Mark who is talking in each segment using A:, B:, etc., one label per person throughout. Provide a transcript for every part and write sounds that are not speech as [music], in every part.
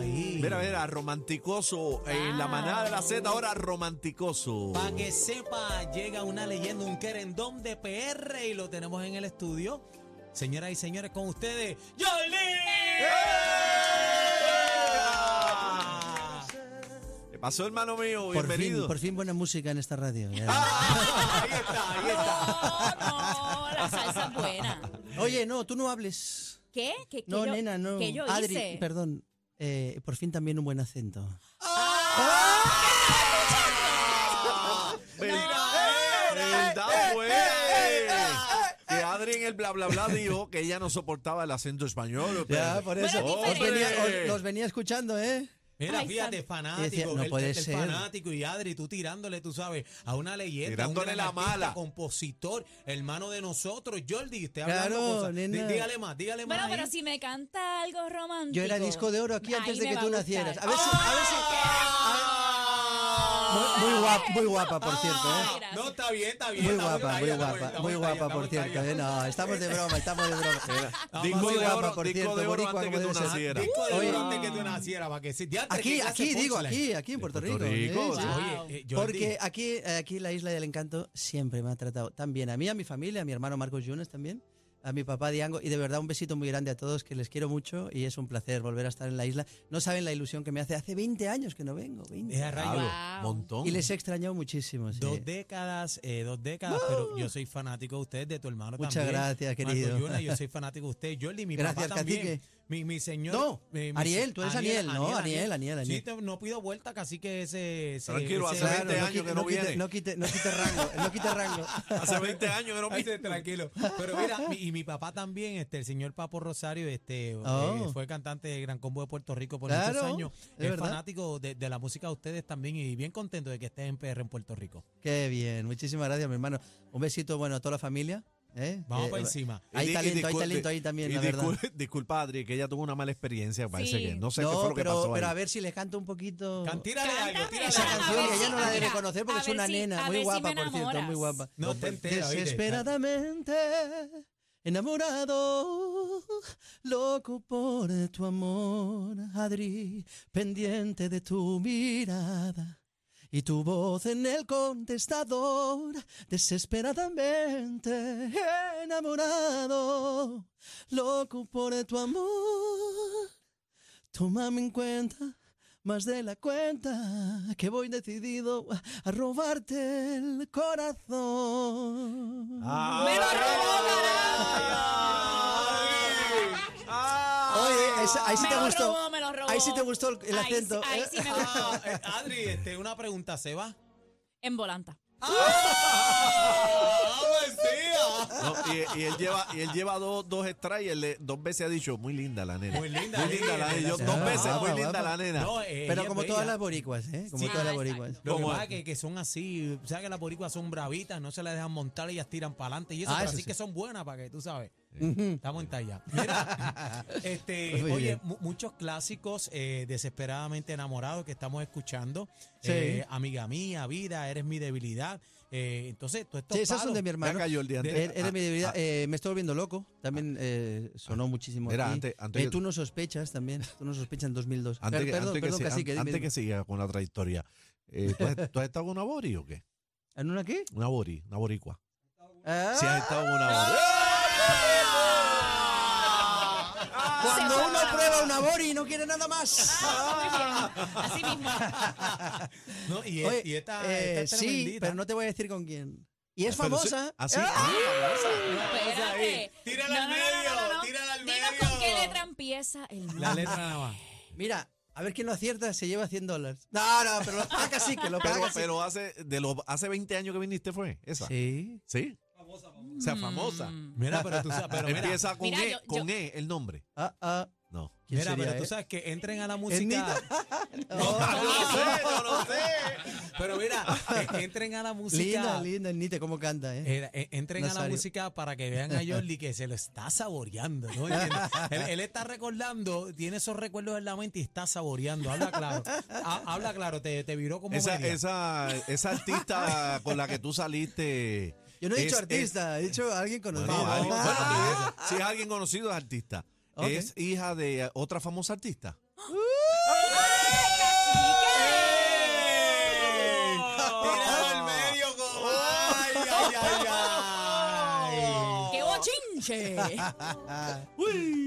A: Mira, mira, romanticoso. eh, En la manada de la Z ahora romanticoso.
B: Para que sepa, llega una leyenda, un querendón de PR y lo tenemos en el estudio. Señoras y señores, con ustedes, Jolín.
A: ¿Qué pasó, hermano mío?
C: Por fin,
A: Bienvenido.
C: por fin buena música en esta radio. Ya.
A: Ah, [laughs] ahí está, ahí está.
D: No, no, la salsa es buena.
C: Oye, no, tú no hables.
D: ¿Qué? ¿Qué, qué
C: No,
D: yo-
C: nena, no.
D: ¿Qué yo
C: Adri,
D: hice?
C: perdón. Eh, por fin también un buen acento.
A: Verdad, verdad,
C: eh,
A: güey. Que Adri en el bla bla bla dijo que ella no soportaba el acento español.
C: Ya,
A: pero-
C: por eso.
D: Bueno,
C: Os
D: diferente.
C: venía, os- los venía escuchando, ¿eh?
B: Mira,
D: Ay,
B: fíjate,
D: santo.
B: fanático.
C: Decía, no
B: el,
C: puede
B: el
C: ser.
B: fanático y Adri, tú tirándole, tú sabes, a una leyenda.
A: Tirándole
B: un gran
A: la
B: artista,
A: mala.
B: Compositor, hermano de nosotros, Jordi. Usted
C: Claro,
B: hablando cosas. Dí-
C: nena.
B: Dígale más, dígale
D: Bueno,
B: más.
D: pero
B: ahí.
D: si me canta algo romántico.
C: Yo era disco de oro aquí
D: ahí
C: antes
D: me
C: de que
D: va
C: tú
D: gustar. Ah,
C: nacieras. A ver si. A ver si
B: ¡Ah!
C: a- muy, muy guapa, muy guapa, por cierto, ¿eh?
B: Ah, No, está bien, está bien.
C: Muy
B: está bien,
C: guapa,
B: está
C: muy
B: bien, está bien, está
C: guapa, muy
B: bien, está bien,
C: guapa, por
B: está bien,
C: cierto.
B: está
C: ¿eh?
B: bien.
C: No, estamos de broma, estamos de broma.
A: Disco
C: muy
A: de
C: guapa,
A: oro,
C: por
A: disco
C: cierto,
A: de oro
C: boricua,
A: antes que tú
C: como debe ser.
A: nacieras.
B: Disco de
C: Oye.
B: oro antes que tú nacieras, para que se- Diantre,
C: Aquí,
B: qué clase
C: aquí,
B: de
C: digo,
B: punchline.
C: aquí, aquí en Puerto Rico.
A: Puerto Rico,
C: ¿eh?
A: sí.
B: Oye, eh, Jordi.
C: Porque aquí, aquí la isla del encanto siempre me ha tratado tan bien. A mí, a mi familia, a mi hermano Marcos Yunes también, a mi papá Diango. Y de verdad un besito muy grande a todos, que les quiero mucho y es un placer volver a estar en la isla. No saben la ilusión que me hace. Hace 20 años que no vengo. 20.
B: Es a rayos.
D: Wow.
A: montón.
C: Y les he extrañado muchísimo. sí.
B: Dos décadas, eh, dos décadas, pero yo soy fanático de usted, de tu hermano
C: Muchas
B: también.
C: gracias,
B: Marco
C: querido.
B: Yuna, yo
C: [laughs]
B: soy fanático de usted. Jordi, mi
C: Gracias,
B: papá también.
C: cacique.
B: Mi, mi señor.
C: No,
B: eh, mi
C: Ariel,
B: se-
C: tú eres Aniel, ¿no? Aniel, Aniel,
B: Sí,
C: Aniel.
B: te- no pido vuelta, casi que ese. ese-
A: Tranquilo,
B: ese-
A: hace 20
C: no
A: años
C: quite-
A: que no
C: quite-
A: viene.
C: no quite, no quite rango, no quite
B: [laughs]
C: rango.
A: Hace 20 años que no
B: Ay, sí,
A: me-
B: tranquilo. Pero mira, mi- y mi papá también, este, el señor Papo Rosario, este,
C: Oh.
B: eh, fue cantante de Gran Combo de Puerto Rico por
C: Claro,
B: muchos años.
C: es
B: Es,
C: verdad.
B: fanático de, de la música de ustedes también y bien contento de que estés en PR en Puerto Rico.
C: Qué bien, muchísimas gracias, mi hermano. Un besito, bueno, a toda la familia. ¿eh?
B: Vamos
C: Eh,
B: para encima.
C: Hay
A: Y di- y
C: talento, hay
A: disculpe-
C: talento ahí también,
A: y
C: la verdad.
A: discul- Disculpa, Adri, que ella tuvo una mala experiencia, parece
D: Sí.
A: que. No sé qué fue
C: No,
A: lo que
C: pero,
A: pasó
C: pero
A: ahí.
C: a ver si les canto un poquito.
B: Can- Tírale
D: Cántame,
B: algo, tírale
D: esa
B: algo.
C: canción
D: A ver
C: que ella no la
D: si-
C: debe
D: mira,
C: conocer porque
D: a
C: es
D: ver
C: una
D: si-
C: nena
D: a
C: muy
D: ver si
C: guapa,
D: me
C: por cierto,
D: enamoras.
C: muy guapa.
B: No te enteras, oíste.
C: Desesperadamente enamorado, loco por tu amor, Adri, pendiente de tu mirada. Y tu voz en el contestador, desesperadamente enamorado, loco por tu amor. Tómame en cuenta, más de la cuenta, que voy decidido a robarte el corazón.
A: Ah.
D: ¡Me lo robó,
A: Ay, ay.
C: Oye, esa- ahí sí
D: Me
C: te
D: lo
C: gustó.
D: robó, me lo robó.
C: Ahí sí te gustó el, el
D: Ahí sí-
C: acento.
D: Ahí,
C: ¿eh?
D: sí me gustó.
B: Ah, eh, Adri, este, una pregunta, ¿se va?
D: En volanta.
A: No, y, y él lleva, y él lleva dos, dos strikes, él le- dos veces ha dicho, muy linda la nena.
B: Muy linda, eh.
A: Muy linda
B: sí,
A: la nena.
B: linda,
A: Yo,
B: sí.
A: dos
C: Ah,
A: veces, muy
C: guapa.
A: linda la nena.
B: No, eh, ella
C: Pero
B: es
C: como todas
B: bella.
C: las boricuas, ¿eh? Como
B: Sí.
C: todas las
D: Ah, exacto.
C: boricuas.
B: Lo que
A: ¿Cómo
B: pasa
A: es?
B: es que, que son así, ¿sabes que las boricuas son bravitas? No se las dejan montar, ellas tiran para adelante y eso,
C: Ah,
B: pero
C: eso
B: así
C: sí.
B: que son buenas para que tú sabes.
C: Ujú. Pues
B: Estamos en talla.
C: [laughs]
B: Mira, este,
C: Muy
B: oye,
C: bien.
B: mu- muchos clásicos eh, desesperadamente enamorados que estamos escuchando.
C: Sí.
B: Eh, amiga mía, vida, eres mi debilidad. Eh, entonces, todos estos
C: Sí, esas son
B: palos-
C: de mi hermano.
A: Acá, Jordi, antes-
C: Er- era mi debilidad.
A: ah, ah,
C: Eh, me estoy volviendo loco.
D: Ah.
C: También eh, sonó muchísimo.
A: Mira,
C: aquí.
A: antes- antes
C: Eh,
A: que-
C: tú no sospechas también. Tú no sospechas en 2002.
A: antes,
C: Per-
A: que-
C: perdón,
A: antes que
C: perdón,
A: siga-
C: cacique,
A: antes
C: dime.
A: que siga con la trayectoria. eh, ¿tú, has, tú has estado con una bori o qué?
C: ¿En una qué?
A: Una bori, una boricua.
C: Ah.
A: Si has estado con una bori.
C: Cuando
D: Se
C: uno
D: fue.
C: prueba una bori no quiere nada
D: [laughs]
C: más. Ah.
D: Así
C: [laughs]
D: mismo.
B: No, y,
C: Oye,
B: es- y esta, esta
C: eh,
B: es
C: sí,
B: tremendita.
C: pero no te voy a decir con quién. Y es
A: Eh, Pero sí-
C: famosa.
A: Así.
C: ¡Ah!
D: Espérate.
B: Tírala al
D: No, no, no, no,
B: medio,
D: no, no.
B: tírala al
D: Dinos
B: medio.
D: con qué letra empieza el nombre.
B: La letra nada más.
C: Mira, a ver quién lo acierta, se lleva 100 dólares. No, no, pero lo paga sí, que lo
A: Pero,
C: paga sí.
A: pero hace, de los, hace 20 años que viniste fue esa. Sí.
C: Sí.
A: O sea, famosa.
D: Mm.
B: Mira, pero tú sabes, pero mira,
A: Empieza con,
D: Mira,
A: e,
D: yo- yo-
A: con E el nombre.
C: Ah, ah.
A: No.
C: [laughs] ¿Quién
B: mira,
C: sería,
B: pero tú
C: eh?
B: sabes que entren a la
C: Nita?
B: música.
A: No, lo sé, no lo sé.
B: Pero
C: [laughs]
B: mira, eh, entren a la música.
C: Linda, linda, Nite, cómo canta, ¿eh?
B: eh, eh, entren a la
C: Nazario.
B: música para que vean a Jordi que se lo está saboreando. ¿no? ¿Entiendes? Él, él está recordando, tiene esos recuerdos en la mente y está saboreando. Habla claro. Ha- habla claro, te, te viró como
A: Esa,
B: media.
A: esa, esa artista con la que tú saliste.
C: Yo no he
A: es-
C: dicho
A: es-
C: artista, he dicho alguien
A: bueno,
C: conocido.
A: alguien-
C: Ah,
A: bueno, que es- si es alguien conocido, es artista.
C: Ok.
A: Es hija de otra famosa artista.
C: ¡Eh!
A: [laughs] ¡Oh!
C: [laughs]
D: Sánchez.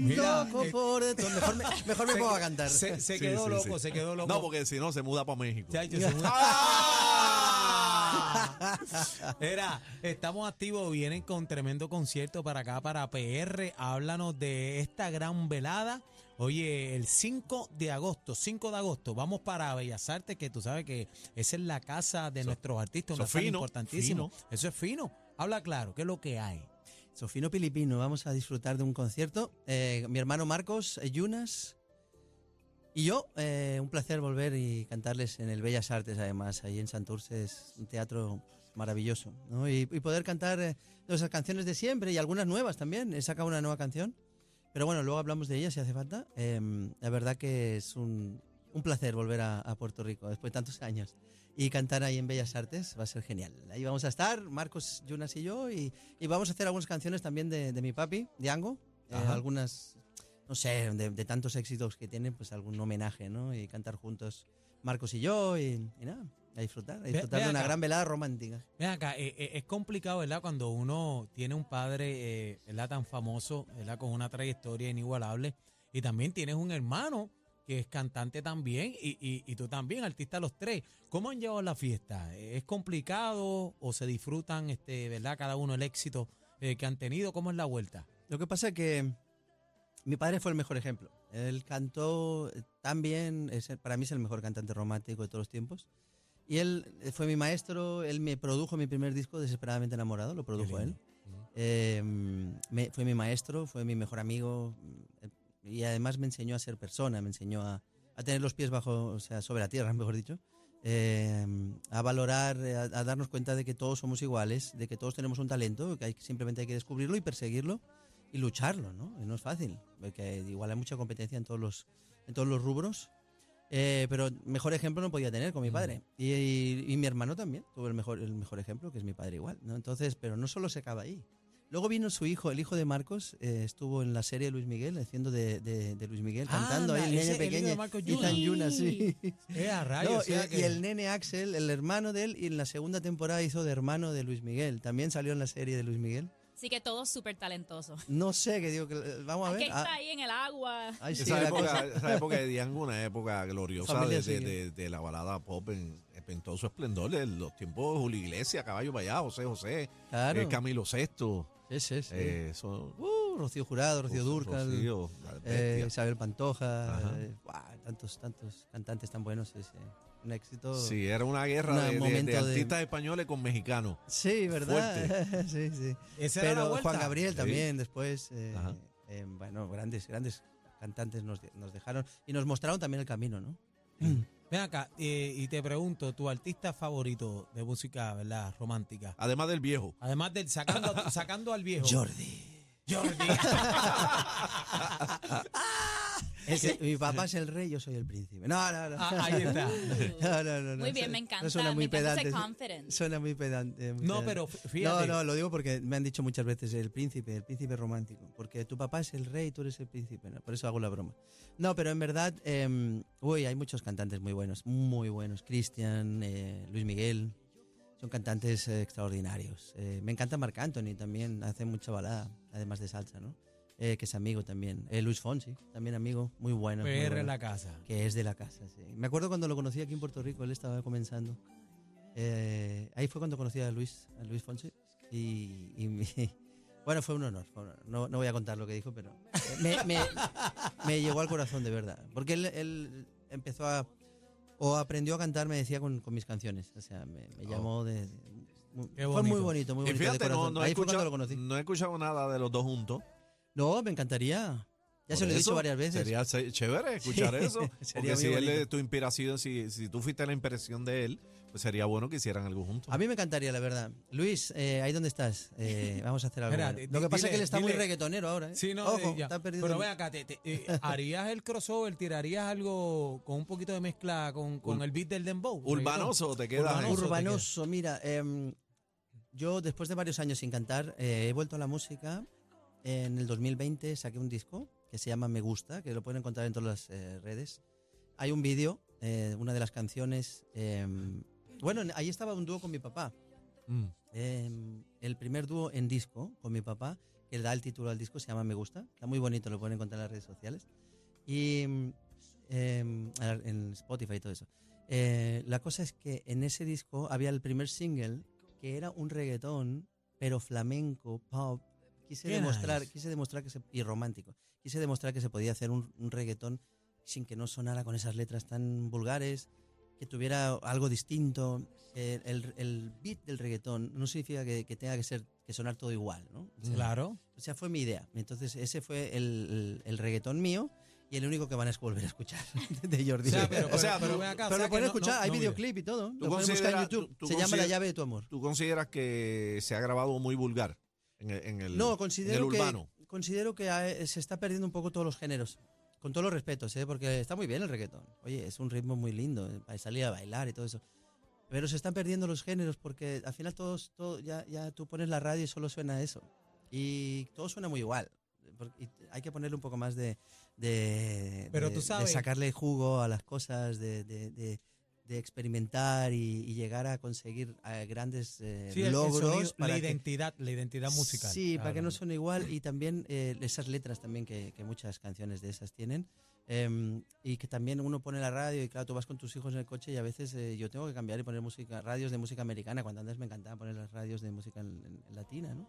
B: Mira,
C: Loco
B: eh,
C: por dentro. Mejor me, mejor me
B: se-
C: pongo a cantar.
B: Se, se
A: Sí,
B: quedó
A: sí,
B: loco,
A: sí.
B: se quedó loco.
A: No, porque si no se muda para México.
B: Ya, yo soy muy-
A: ¡Ah!
B: Era, estamos activos, vienen con tremendo concierto para acá, para PR. Háblanos de esta gran velada. Oye, el 5 de agosto, 5 de agosto, vamos para Bellas Artes, que tú sabes que esa es la casa de
A: Eso-
B: nuestros artistas,
A: eso
B: una sala
A: fino,
B: importantísima. Eso es fino. Habla claro, ¿qué es lo que hay?
C: Sofino Pilipino, vamos a disfrutar de un concierto. Eh, mi hermano Marcos eh, Yunas y yo, eh, un placer volver y cantarles en el Bellas Artes, además, ahí en Santurce, es un teatro maravilloso. ¿no? Y, y poder cantar eh, las canciones de siempre y algunas nuevas también. He sacado una nueva canción, pero bueno, luego hablamos de ella si hace falta. Eh, la verdad que es un, un placer volver a, a Puerto Rico después de tantos años. Y cantar ahí en Bellas Artes va a ser genial. Ahí vamos a estar, Marcos Yunas y yo, y y vamos a hacer algunas canciones también de, de mi papi, Diango. Eh,
B: Ajá.
C: algunas, no sé, de, de tantos éxitos que tienen, pues algún homenaje, ¿no? Y cantar juntos Marcos y yo y, y nada, a disfrutar, a disfrutar
B: ve
C: de una
B: acá.
C: gran velada romántica.
B: Ven acá, eh, eh, es complicado, ¿verdad? Cuando uno tiene un padre, eh, ¿verdad? Tan famoso, ¿verdad? Con una trayectoria inigualable. Y también tienes un hermano que es cantante también y, y- y tú también, artista los tres. ¿Cómo han llevado la fiesta? Eh, ¿Es complicado o se disfrutan, este, ¿verdad? Cada uno el éxito eh, que han tenido. ¿Cómo es la vuelta?
C: Lo que pasa que mi padre fue el mejor ejemplo. Él cantó tan bien, es el- para mí es el mejor cantante romántico de todos los tiempos. Y él eh, fue mi maestro, él me produjo mi primer disco, Desesperadamente Enamorado, lo produjo él.
B: lindo. Ujú.
C: Eh, me- fue mi maestro, fue mi mejor amigo mm, eh, y además me enseñó a ser persona, me enseñó a, a tener los pies bajo, o sea, sobre la tierra, [laughs] mejor dicho, eh, a valorar, eh, a, a darnos cuenta de que todos somos iguales, de que todos tenemos un talento, que hay- simplemente hay que descubrirlo y perseguirlo y lucharlo, ¿no? Y no es fácil, porque igual hay mucha competencia en todos los, en todos los rubros. eh, pero mejor ejemplo no podía tener con mi
B: Mm.
C: padre. Y, y- y mi hermano también tuvo el mejor, el mejor ejemplo, que es mi padre igual. ¿no? Entonces, pero no solo se acaba ahí. Luego vino su hijo, el hijo de Marcos, eh, estuvo en la serie de Luis Miguel, haciendo de, de- de Luis Miguel, cantando
B: Anda,
C: ahí, el
B: Ah, ese
C: nene
B: es el hijo de
C: pequeño.
B: Marcos
C: Y tan
B: Yunas.
C: Yunas, sí.
B: [laughs] Eh, a rayos,
C: No,
B: o sea
C: y,
B: que-
C: y el nene Axel, el hermano de él, y en la segunda temporada hizo de hermano de Luis Miguel. También salió en la serie de Luis Miguel.
D: Así que todos súper talentosos.
C: No sé, que digo que eh, vamos a
D: Aquí
C: ver.
D: está
C: Ah,
D: ahí en el agua.
C: ahí sí,
A: Esa
C: la
A: época,
C: cosa.
A: esa época de Diango, una época gloriosa
C: Familia
A: de, de-
C: sigue.
A: de- de la balada pop en, en todo su esplendor, de los tiempos de Julio Iglesias, Caballo Vallá, José José,
C: Claro.
A: eh, Camilo VI,
C: Sí, sí, sí.
A: eh, son-
C: Uh, Rocío Jurado, Rocío Durcal,
A: Rocío, las
C: eh,
A: bestias.
C: Isabel Pantoja,
A: Ajá.
C: eh, buah, tantos, tantos cantantes tan buenos. sí, sí. Un éxito.
A: Sí, era una guerra
C: Una
A: de- de, de
C: momento de-
A: artistas españoles con mexicanos.
C: Sí, ¿verdad? [laughs] sí, sí.
B: Esa era la
C: Pero
B: vuelta.
C: Juan Gabriel
A: Sí.
C: también después. eh,
A: Ajá.
C: eh, bueno, grandes, grandes cantantes nos, de- nos dejaron y nos mostraron también el camino, ¿no?
B: Ven acá, eh, y te pregunto, tu artista favorito de música, ¿verdad? Romántica.
A: Además del viejo.
B: Además del sacando, a- sacando al viejo.
C: Jordi. [laughs]
B: Jordi.
C: Ese- mi papá es el rey, yo soy el príncipe. No, no, no.
B: Ah,
C: [laughs]
B: ahí está.
C: No, no, no, no.
D: Muy bien,
C: Su-
D: me
C: no
D: encanta.
C: suena muy
D: me encanta ese
C: pedante.
D: confidence.
C: Suena muy pedante.
B: No,
C: muy pedante.
B: pero f- fíjate.
C: No, no, lo digo porque me han dicho muchas veces el príncipe, el príncipe romántico. Porque tu papá es el rey, tú eres el príncipe. ¿no? Por eso hago la broma. No, pero en verdad, eh, uy, hay muchos cantantes muy buenos, muy buenos. Cristian, eh, Luis Miguel. Son cantantes eh, extraordinarios. Eh, me encanta Marc Anthony también, hace mucha balada, además de salsa, ¿no? Eh, que es amigo también. Eh, Luis Fonsi, también amigo, muy bueno. muy
B: PR
C: bueno.
B: en la casa.
C: Que es de la casa, sí. Me acuerdo cuando lo conocí aquí en Puerto Rico, él estaba comenzando. Eh, ahí fue cuando conocí a Luis, a Luis Fonsi. Y, y me- [laughs] bueno, fue un honor. fue un honor. No, no voy a contar lo que dijo, pero eh, me, me- me llegó al corazón de verdad. Porque él, él empezó a, o aprendió a cantar, me decía, con, con mis canciones. O sea, me, me
A: Oh.
C: llamó de... de- mu-
B: Qué
C: fue muy
B: bonito.
C: bonito, muy
A: Y
C: bonito. de
A: fíjate, no,
C: corazón.
A: no he
C: ahí fue cuando
A: escuchado,
C: lo conocí.
A: no he escuchado nada de los dos juntos.
C: No, me encantaría. Ya
A: Por
C: se lo he
A: eso
C: dicho varias veces.
A: Sería se- chévere escuchar
C: [laughs] Sí,
A: eso. Porque
C: sería muy
A: si él
C: bonito.
A: es tu inspiración, si, si tú fuiste la impresión de él, pues sería bueno que hicieran algo juntos.
C: A mí me encantaría, la verdad. Luis, eh, ahí donde estás,
B: [laughs]
C: eh, vamos a hacer algo.
B: Espera,
C: bueno.
B: di-
C: Lo que pasa es
B: dile,
C: que él está muy
B: dile.
C: reggaetonero ahora. ¿eh?
B: Sí, no,
C: Ojo,
B: eh, ya.
C: está perdido.
B: Pero
C: el-
B: ven acá, te- te- eh, [laughs] ¿harías el crossover? ¿Tirarías algo con un poquito de mezcla con, con
A: Ur-
B: el beat del dembow?
A: Urbanoso te quedas.
B: Urbanoso.
A: en-
B: te
C: Urbanoso, mira. em, yo, después de varios años sin cantar, eh, he vuelto a la música. En el 2020 saqué un disco que se llama Me Gusta, que lo pueden encontrar en todas las eh, redes. Hay un vídeo, eh, una de las canciones. em, bueno, ahí estaba un dúo con mi papá.
A: Mm.
C: em, el primer dúo en disco con mi papá, que da el título al disco, se llama Me Gusta. Está muy bonito, lo pueden encontrar en las redes sociales. Y mm, em, a ver, en Spotify y todo eso. Eh, la cosa es que en ese disco había el primer single que era un reggaetón, pero flamenco, pop. Quise
B: Qué
C: demostrar,
B: nice.
C: quise demostrar que se, y romántico. Quise demostrar que se podía hacer un, un reggaetón sin que no sonara con esas letras tan vulgares, que tuviera algo distinto. Eh, el, el beat del reggaetón no significa que, que tenga que ser que sonar todo igual, ¿no? O
A: [laughs]
C: sea,
B: Claro.
C: o sea, fue mi idea. Entonces, ese fue el, el- el reggaetón mío y el único que van a escu- volver a escuchar [laughs] de Jordi.
B: O sea, pero,
A: O
B: pero-
A: sea, tú-
B: pero ven acá, o
C: pero
B: sea
C: lo
B: que
C: pueden
B: no-
C: escuchar,
B: no-
C: hay
B: no video.
C: videoclip y todo. Lo pueden buscar en
A: consideras-
C: YouTube.
A: tú- tú
C: Se llama La
A: consideras-
C: llave de tu amor.
A: ¿Tú consideras que se ha grabado muy vulgar en el, en el-
C: No,
A: en el
C: considero que,
A: urbano?
C: considero que eh, se está perdiendo un poco todos los géneros. Con todos los respetos, ¿eh? porque está muy bien el reggaetón. Oye, es un ritmo muy lindo, eh, para salir a bailar y todo eso. Pero se están perdiendo los géneros porque al final todos, todo, ya, ya tú pones la radio y solo suena eso. Y todo suena muy igual. eh, Por- y hay que ponerle un poco más de, de,
B: Pero
C: de-
B: tú sabes-
C: de sacarle jugo a las cosas, de, de- de- de experimentar y, y llegar a conseguir eh, grandes eh,
B: Sí, el- el
C: logros.
B: sonido,
C: para
B: la
C: que-
B: identidad, la identidad musical.
C: Sí, para que
B: Claro.
C: no suene igual y también eh, esas letras también que, que muchas canciones de esas tienen. em, y que también uno pone la radio y claro, tú vas con tus hijos en el coche y a veces eh, yo tengo que cambiar y poner música, radios de música americana. Cuando antes me encantaba poner las radios de música en- en- en latina, ¿no?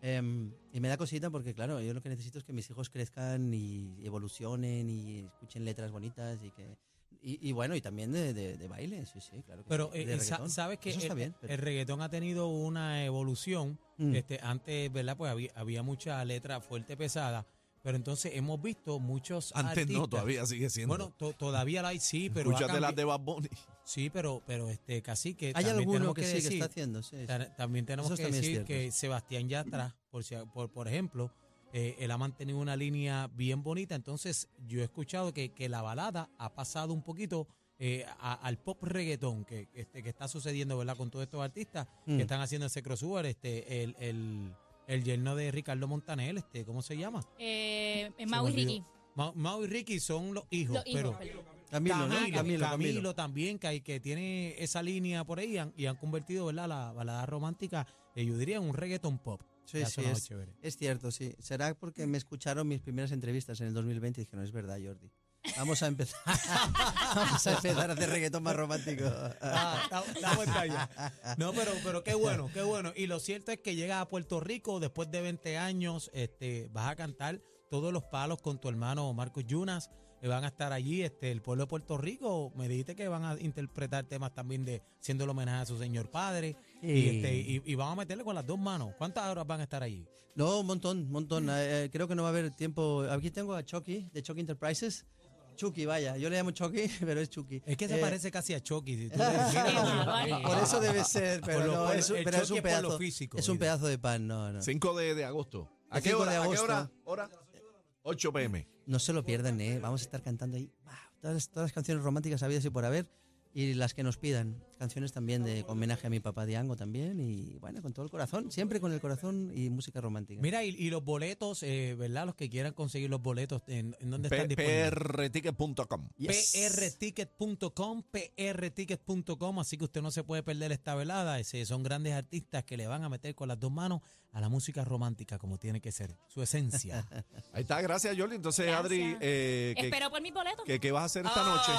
C: Em, y me da cosita porque, claro, yo lo que necesito es que mis hijos crezcan y evolucionen y escuchen letras bonitas y que... Y, y bueno, y también de, de- de baile, sí, sí, claro. que
B: Pero
C: sí,
B: eh,
C: de
B: eh, sa-
C: reggaetón.
B: sabes que
C: Eso
B: el,
C: está bien. pero-
B: el reggaetón ha tenido una evolución.
C: Mm.
B: Este, antes, ¿verdad? Pues había, había mucha letra fuerte, pesada. Pero entonces hemos visto muchos
A: Antes no,
B: artistas-
A: todavía sigue siendo.
B: Bueno, to- todavía la hay, sí, pero ha
A: Escúchate las
B: cambi-
A: de Bad Bunny.
B: Sí, pero, pero este, casi que
C: Hay
B: también
C: alguno
B: tenemos
C: que,
B: que
C: sí que
B: decir-
C: está haciendo, sí, sí.
B: ta- También tenemos
C: Eso
B: que
C: también es
B: decir
C: cierto.
B: que Sebastián Yatra, por, si- por, por ejemplo, eh, él ha mantenido una línea bien bonita. Entonces, yo he escuchado que, que la balada ha pasado un poquito eh, a- al pop reggaetón que, este, que está sucediendo, ¿verdad? Con todos estos artistas
C: Mm.
B: que están haciendo ese crossover. Este, el, el, el yerno de Ricardo Montaner, este, ¿cómo se llama?
D: Eh,
B: me
D: Mau y
B: olvidó.
D: Ricky.
B: Ma- Mau y Ricky son los hijos,
D: Los hijos,
B: pero
D: perdón.
C: Camilo, ¿no?
B: Camilo,
C: Camilo,
B: Camilo
C: Camilo.
B: también, que, hay- que tiene esa línea por ahí han- y han convertido ¿verdad? la balada romántica, eh, yo diría, en un reggaeton pop.
C: Sí,
B: Que ha
C: sí,
B: sonado
C: es- [laughs]
B: chévere.
C: Es cierto, sí. Será porque me escucharon mis primeras entrevistas en el 2020 y dijeron, es verdad, Jordi. Vamos a empezar. [laughs] Vamos a empezar a hacer reggaetón más romántico.
B: Ah, da- da vuelta ya. No, pero, pero qué bueno, qué bueno. Y lo cierto es que llegas a Puerto Rico después de 20 años, este, vas a cantar todos los palos con tu hermano Marcos Yunas. eh, Van a estar allí, este, el pueblo de Puerto Rico. Me dijiste que van a interpretar temas también de siendo el homenaje a su señor padre. Y, este, y, y van a meterle con las dos manos. ¿Cuántas horas van a estar allí?
C: No, un montón, un montón. Eh, eh, creo que no va a haber tiempo. Aquí tengo a Chucky, de Chucky Enterprises. Chucky, vaya. Yo le llamo Chucky, [laughs] pero es Chucky.
B: Es que se
C: Eh,
B: parece casi a Chucky. si tú
C: [laughs]
B: le dices, mira,
C: Por eso debe ser, pero,
B: [laughs] Por lo-
C: no,
B: por-
C: es, un-
B: el
C: pero es
B: Chucky
C: un
B: es por lo
C: pedazo.
B: físico,
C: es un
B: mira.
C: pedazo de pan, no, no.
A: 5 de, de agosto. ¿A
C: El
A: qué,
C: 5
A: hora,
C: Ah. de
A: ¿A qué
C: agosto.
A: hora? ¿Hora? 8 pm.
C: No se lo pierdan, ¿eh? Vamos a estar cantando ahí wow, todas, todas las canciones románticas habidas y por haber y las que nos pidan. Canciones también de homenaje a mi papá Diango también y bueno, con todo el corazón, siempre con el corazón y música romántica.
B: Mira, y, y los boletos, eh, ¿verdad? Los que quieran conseguir los boletos, ¿en, en dónde están
A: P-
B: disponibles?
A: prticket.com.
C: Yes.
B: prticket.com, prticket.com, así que usted no se puede perder esta velada. Ese- son grandes artistas que le van a meter con las dos manos a la música romántica, como tiene que ser, su esencia.
A: Ahí está, gracias, Jordi. Entonces,
D: Gracias.
A: Adri, eh, ¿qué,
D: Espero Ah. por mis boletos.
A: qué- qué vas a hacer [laughs] esta noche?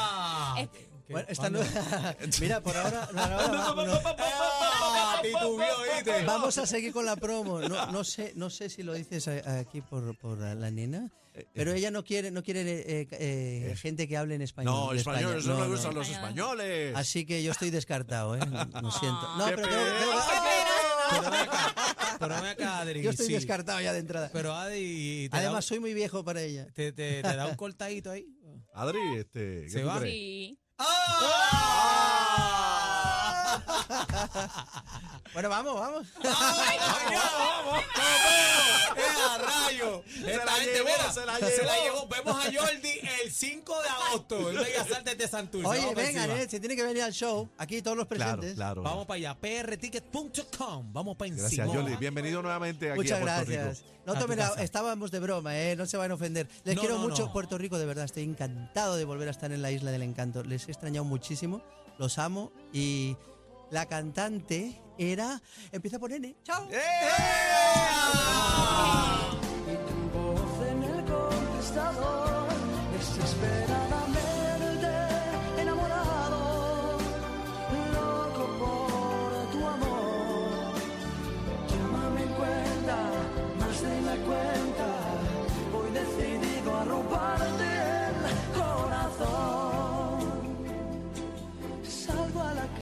B: noche.
C: Bueno, esta no- [laughs] Mira, por ahora, por ahora va- no- vamos a seguir con la promo. No, no sé, no sé si lo dices a- aquí por, por la nena, pero ella no quiere, no quiere eh, eh, gente que hable en español.
A: No,
C: de
A: español,
C: España.
A: eso
C: No,
A: no,
C: no.
A: lo usan los españoles.
C: Así que yo estoy descartado, ¿eh? Lo siento. No,
A: Qué
C: pero tengo-
A: pena.
C: tengo-
B: Pero ven acá, pero ven acá, Adri.
C: Yo estoy
B: sí.
C: descartado ya de entrada.
B: Pero Adri, te da
C: Además,
B: un-
C: soy muy viejo para ella.
B: te, te- te da un cortadito ahí.
A: Adri, este, ¿qué
B: Se
A: tú
B: va.
A: crees?
D: Sí.
A: ¡Ah!
B: ¡Ah!
C: Bueno,
B: [laughs]
C: vamos, vamos.
B: ¡Ah! ¡Ea, rayo! Esta
A: la
B: gente,
A: llevó,
B: mira,
A: ¡Eh, se la
B: se la
A: llevó.
B: llevó. Vemos a Jordi el 5 de agosto en Bellas Artes de Santurce.
C: Oye,
B: Vamos para
C: vengan,
B: encima.
C: eh, se tiene que venir al show. Aquí todos los
A: Claro,
C: presentes.
A: claro.
B: Vamos para allá, prticket.com. Vamos para encima.
A: Gracias, Jordi. Bienvenido nuevamente aquí
C: Muchas
A: a Puerto
C: gracias.
A: Rico.
C: No
B: A tu
C: tomen, a-
B: casa.
C: estábamos de broma, eh, no se van a ofender. Les
B: No,
C: quiero
B: no,
C: mucho
B: no.
C: Puerto Rico, de verdad, estoy encantado de volver a estar en la isla del encanto. Les he extrañado muchísimo, los amo y la cantante era empieza por N. Chao.
A: ¡Eh!